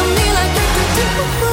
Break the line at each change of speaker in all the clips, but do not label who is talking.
on me like do, do, do, do.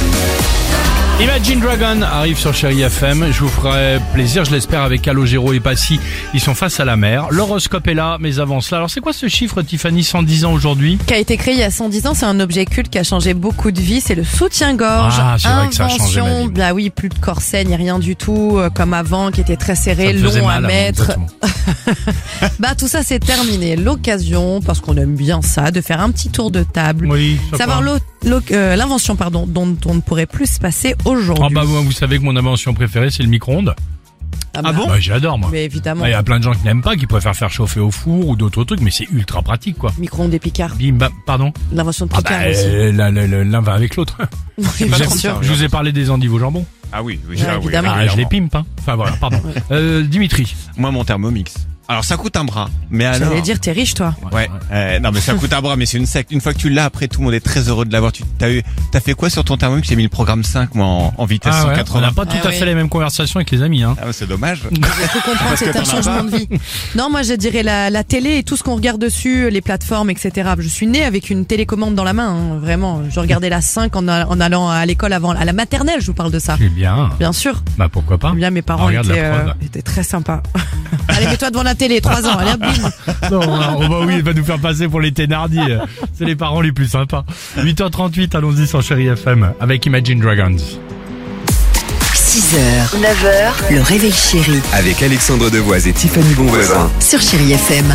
Imagine Dragon arrive sur Chéri FM. Je vous ferai plaisir, je l'espère, avec Calogero et Passy. Ils sont face à la mer. L'horoscope est là, mais avant cela. Alors, c'est quoi ce chiffre, Tiffany 110 ans aujourd'hui
qui a été créé il y a 110 ans. C'est un objet culte qui a changé beaucoup de vies. C'est le soutien-gorge.
Ah, c'est vrai que ça a changé ma vie.
Invention, Bah oui, plus de corset ni rien du tout, euh, comme avant, qui était très serré,
Ça me faisait
long à
mal hein, avant,
mettre.
exactement.
Bah tout ça, c'est terminé. L'occasion, parce qu'on aime bien ça, de faire un petit tour de table.
Oui, ça
Savoir
parle.
l'o- l'o- euh, l'invention pardon dont on ne pourrait plus se passer aujourd'hui.
Ah bah moi, vous savez que mon invention préférée, c'est le micro-ondes.
Ah bah,
Bah, J'adore, moi.
Mais évidemment,
Ouais, Il y a plein de gens qui n'aiment pas, qui préfèrent faire chauffer au four ou d'autres trucs, mais c'est ultra pratique, quoi.
micro-ondes et Picard,
Bim, bam, pardon
l'invention de
Ah
Picard
bah,
aussi.
euh, la- la- la- l'un va avec l'autre.
Oui,
Je vous ai-
bien sûr.
Je vous ai parlé des endives au jambon.
Ah oui, oui,
Ouais,
ah oui,
évidemment.
Ah, je les
régulièrement.
pimpe, hein. Enfin, voilà, pardon. Euh, Dimitri.
Moi, mon Thermomix. Alors, ça coûte un bras. Mais alors.
J'allais dire, t'es riche toi.
Ouais. euh, non, mais ça coûte un bras, mais c'est une secte. Une fois que tu l'as, après, tout le monde est très heureux de l'avoir. Tu t'as eu, t'as fait quoi sur ton Thermomix J'ai mis le programme 5, moi, en, en vitesse
Ah ouais, on
180.
n'a pas tout
Ah
à fait
oui.
les mêmes conversations avec les amis, hein.
Ah, c'est dommage.
J'ai cru comprendre, c'est un changement de vie. Non, moi je dirais la, la télé et tout ce qu'on regarde dessus, les plateformes, etc. Je suis née avec une télécommande dans la main, hein, vraiment. Je regardais la 5 en, a- en allant à l'école avant, à la maternelle, je vous parle de ça.
C'est Eh bien.
Bien sûr.
Bah pourquoi pas.
Eh Bien, mes parents
Ah, regarde
étaient, euh,
la preuve.
étaient très sympas. allez, mets-toi devant la télé, 3 ans, allez, hop, bim.
Non, on va, Oh, bah oui, il va nous faire passer pour les Thénardier. C'est les parents les plus sympas. 8h38, allons-y sur Chéri FM avec Imagine Dragons.
6h, 9h, le réveil chéri
Avec Alexandre Devoise et Tiffany Bonvoisin.
sur Chérie FM.